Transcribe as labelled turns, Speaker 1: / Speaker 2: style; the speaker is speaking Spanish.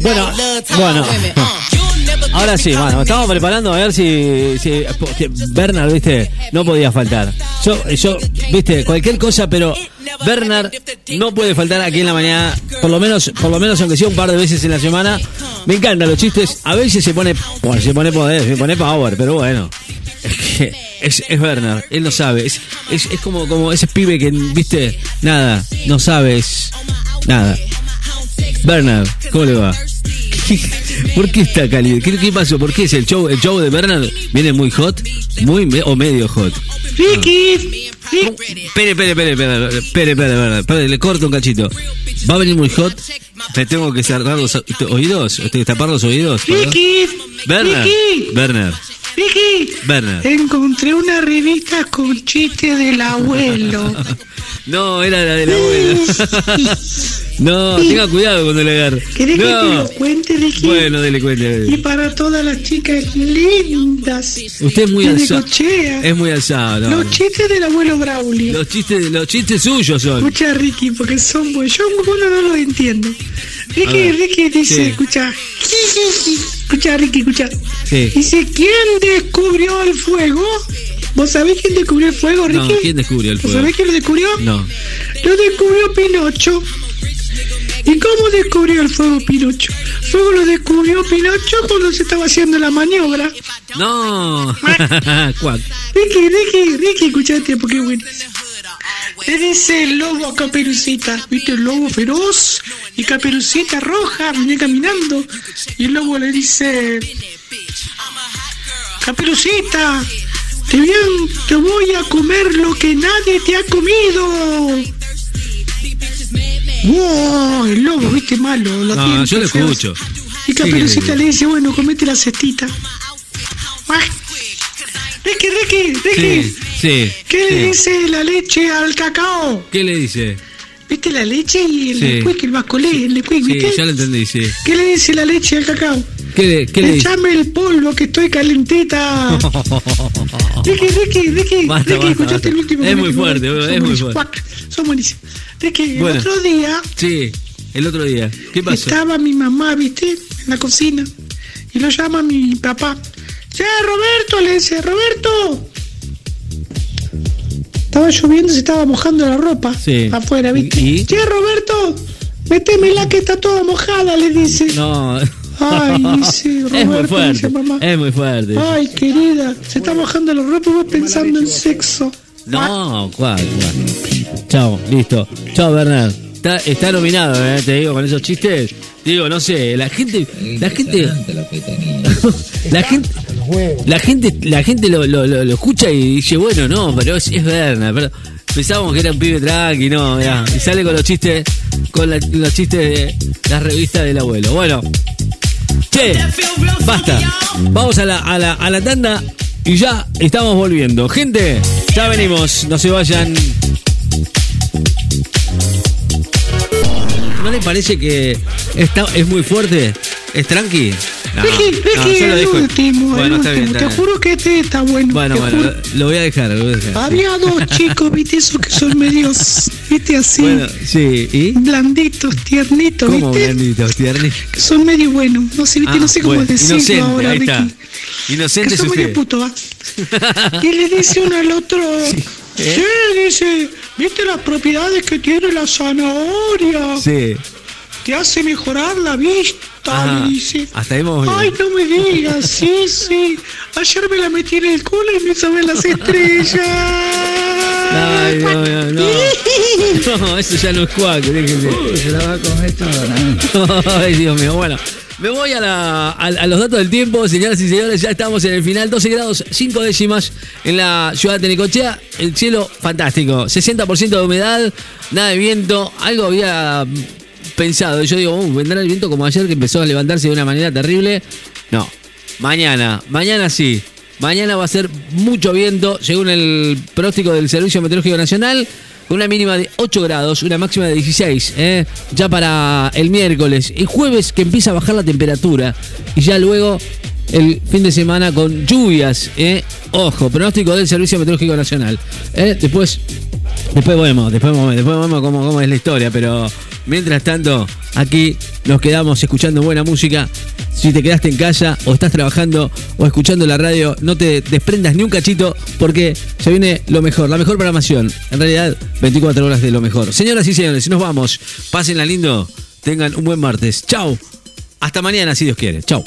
Speaker 1: Bueno, bueno. Ahora sí, bueno, estamos preparando a ver si, si porque Bernard, viste, no podía faltar. Yo, yo, viste, cualquier cosa, pero Bernard no puede faltar aquí en la mañana, por lo menos, por lo menos aunque sea un par de veces en la semana. Me encantan los chistes. A veces se pone, bueno, se pone poder, se pone power, pero bueno. Es que es, es Bernard, él no sabe. Es, es, es como, como ese pibe que, viste, nada, no sabes nada. Bernard, ¿cómo le va? ¿Por qué está cálido? ¿Qué, qué pasó? ¿Por qué es el show? ¿El show de Bernard viene muy hot? ¿Muy me- o medio hot?
Speaker 2: Ricky, Ricky.
Speaker 1: Espere, espere, espere, espere, espere, espere, espere, espere, le corto un cachito. ¿Va a venir muy hot? ¿Me tengo que cerrar los o- oídos? ¿Tengo que tapar los oídos? perdón?
Speaker 2: Ricky,
Speaker 1: Bernard,
Speaker 2: Ricky,
Speaker 1: Bernard,
Speaker 2: Ricky.
Speaker 1: Bernard.
Speaker 2: Encontré una revista con chistes del abuelo.
Speaker 1: No, era la de la abuela. No, tenga cuidado cuando le agarre.
Speaker 2: ¿Querés que te
Speaker 1: No.
Speaker 2: lo cuente, Ricky?
Speaker 1: Bueno, dele cuenta.
Speaker 2: Y para todas las chicas lindas.
Speaker 1: Usted es muy
Speaker 2: de
Speaker 1: alzado.
Speaker 2: Necochea.
Speaker 1: Es muy alzado. no.
Speaker 2: Los chistes del abuelo Braulio.
Speaker 1: Los chistes, los chistes suyos son.
Speaker 2: Escucha, Ricky, porque son buenos. Yo algunos no los entiendo.
Speaker 1: A
Speaker 2: Ricky,
Speaker 1: ver.
Speaker 2: Ricky dice,
Speaker 1: Sí.
Speaker 2: escucha. Escucha, Ricky, escucha.
Speaker 1: Sí.
Speaker 2: Dice, ¿quién descubrió el fuego? ¿Vos sabés quién descubrió el fuego, Ricky?
Speaker 1: No, ¿quién descubrió el
Speaker 2: ¿Vos
Speaker 1: fuego?
Speaker 2: sabés quién lo descubrió?
Speaker 1: No.
Speaker 2: Lo descubrió Pinocho. ¿Y cómo descubrió el fuego Pinocho? Fuego lo descubrió Pinocho cuando se estaba haciendo la maniobra.
Speaker 1: No. Cuac.
Speaker 2: Ricky, Ricky, Ricky, escuchate porque es buenísimo. Le dice el lobo a Caperucita, viste el lobo feroz y Caperucita roja venía caminando y el lobo le dice, Caperucita, te, voy a- te voy a comer lo que nadie te ha comido. Wow, el lobo, viste malo. Lo
Speaker 1: No,
Speaker 2: tiene,
Speaker 1: yo lo
Speaker 2: feo.
Speaker 1: escucho.
Speaker 2: Y Caperucita
Speaker 1: Sí.
Speaker 2: le dice, bueno, comete la cestita. Ah. Ricky, Ricky, Ricky.
Speaker 1: Sí, sí.
Speaker 2: ¿Qué le
Speaker 1: sí.
Speaker 2: dice la leche al cacao?
Speaker 1: ¿Qué le dice?
Speaker 2: ¿Viste la leche y el
Speaker 1: Sí.
Speaker 2: licuic, el bascolé, el licuic,
Speaker 1: Sí,
Speaker 2: viste?
Speaker 1: ya lo entendí, sí.
Speaker 2: ¿Qué le dice la leche al cacao?
Speaker 1: ¿Qué le, qué le dice?
Speaker 2: Echame el polvo que estoy calentita. Ricky, Ricky, Ricky,
Speaker 1: Basta,
Speaker 2: Ricky,
Speaker 1: basta,
Speaker 2: escuchaste
Speaker 1: basta.
Speaker 2: el último.
Speaker 1: Es
Speaker 2: el
Speaker 1: muy
Speaker 2: último.
Speaker 1: fuerte,
Speaker 2: Son
Speaker 1: es muy
Speaker 2: buenísimos.
Speaker 1: fuerte.
Speaker 2: Cuac, Son buenísimos. Ricky, el
Speaker 1: Bueno.
Speaker 2: otro día
Speaker 1: Sí, el otro día. ¿Qué pasó?
Speaker 2: estaba mi mamá, viste, en la cocina. Y lo llama mi papá. Ya, Roberto, le dice, Roberto. Estaba lloviendo, se estaba mojando la ropa
Speaker 1: Sí.
Speaker 2: afuera, ¿viste?
Speaker 1: ¿Y?
Speaker 2: Ya, Roberto, métemela que está toda mojada, le dice.
Speaker 1: No.
Speaker 2: Ay, dice
Speaker 1: es
Speaker 2: Roberto,
Speaker 1: muy fuerte.
Speaker 2: dice mamá.
Speaker 1: Es muy fuerte.
Speaker 2: Ay, querida, se está mojando la ropa y vos pensando en sexo.
Speaker 1: No, cuac, cuac. Chao, listo. Chao, Bernard. Está, está nominado, eh, te digo, con esos chistes. Te digo, no sé, la gente. La gente. la gente. La gente, la gente lo, lo- lo- lo escucha y dice, bueno, no, pero es, es Bernard. Pero pensábamos que era un pibe tranqui, no, mirá, y sale con los chistes, con la- los chistes de las revistas del abuelo. Bueno, che, basta. Vamos a la, a la, a la tanda y ya estamos volviendo. Gente, ya venimos, no se vayan. ¿No le parece que está, es muy fuerte? ¿Es tranqui? No,
Speaker 2: Ricky,
Speaker 1: no,
Speaker 2: Ricky,
Speaker 1: yo lo
Speaker 2: el
Speaker 1: dejo.
Speaker 2: último,
Speaker 1: Bueno,
Speaker 2: el
Speaker 1: está bien, está
Speaker 2: último. Te
Speaker 1: bien.
Speaker 2: juro que este está bueno.
Speaker 1: Bueno,
Speaker 2: te
Speaker 1: bueno,
Speaker 2: juro.
Speaker 1: lo, lo voy a dejar, lo voy a dejar.
Speaker 2: Había dos chicos, viste, esos que son medios, viste, así,
Speaker 1: Bueno, sí, ¿y?
Speaker 2: blanditos, tiernitos,
Speaker 1: ¿Cómo
Speaker 2: viste,
Speaker 1: blanditos, tierni?
Speaker 2: que son medio buenos, no sé, viste, no sé cómo
Speaker 1: bueno,
Speaker 2: decirlo
Speaker 1: inocente,
Speaker 2: ahora,
Speaker 1: ahí está.
Speaker 2: Ricky,
Speaker 1: Inocente
Speaker 2: que
Speaker 1: es
Speaker 2: son medio
Speaker 1: usted.
Speaker 2: puto, va. Y le dice uno al otro, sí,
Speaker 1: ¿eh?
Speaker 2: dice, viste las propiedades que tiene la zanahoria,
Speaker 1: Sí.
Speaker 2: te hace mejorar la vista,
Speaker 1: Ajá,
Speaker 2: le dice.
Speaker 1: Hasta ahí vamos bien.
Speaker 2: Ay, no me digas, sí, sí. Ayer me la metí en el culo y me saben las estrellas.
Speaker 1: Ay, no, no, no. No, eso ya no es cuaco, déjense.
Speaker 3: Se la va a comer toda la noche.
Speaker 1: Ay, Dios mío, bueno. Me voy a, la- a- a los datos del tiempo, señoras y señores, ya estamos en el final, 12 grados 5 décimas en la ciudad de Necochea, el cielo fantástico, 60% de humedad, nada de viento, algo había pensado, yo digo, "Uh, vendrá el viento como ayer que empezó a levantarse de una manera terrible, no, mañana, mañana sí, mañana va a ser mucho viento, según el pronóstico del Servicio Meteorológico Nacional, con una mínima de 8 grados, una máxima de 16, ¿eh? ya para el miércoles. El jueves que empieza a bajar la temperatura y ya luego el fin de semana con lluvias. ¿eh? Ojo, pronóstico del Servicio Meteorológico Nacional. ¿eh? Después, después vemos, después vemos, después vemos cómo, cómo es la historia, pero Mientras tanto, aquí nos quedamos escuchando buena música. Si te quedaste en casa o estás trabajando o escuchando la radio, no te desprendas ni un cachito porque se viene lo mejor, la mejor programación. En realidad, 24 horas de lo mejor. Señoras y señores, nos vamos. Pásenla lindo. Tengan un buen martes. Chau. Hasta mañana, si Dios quiere. Chau.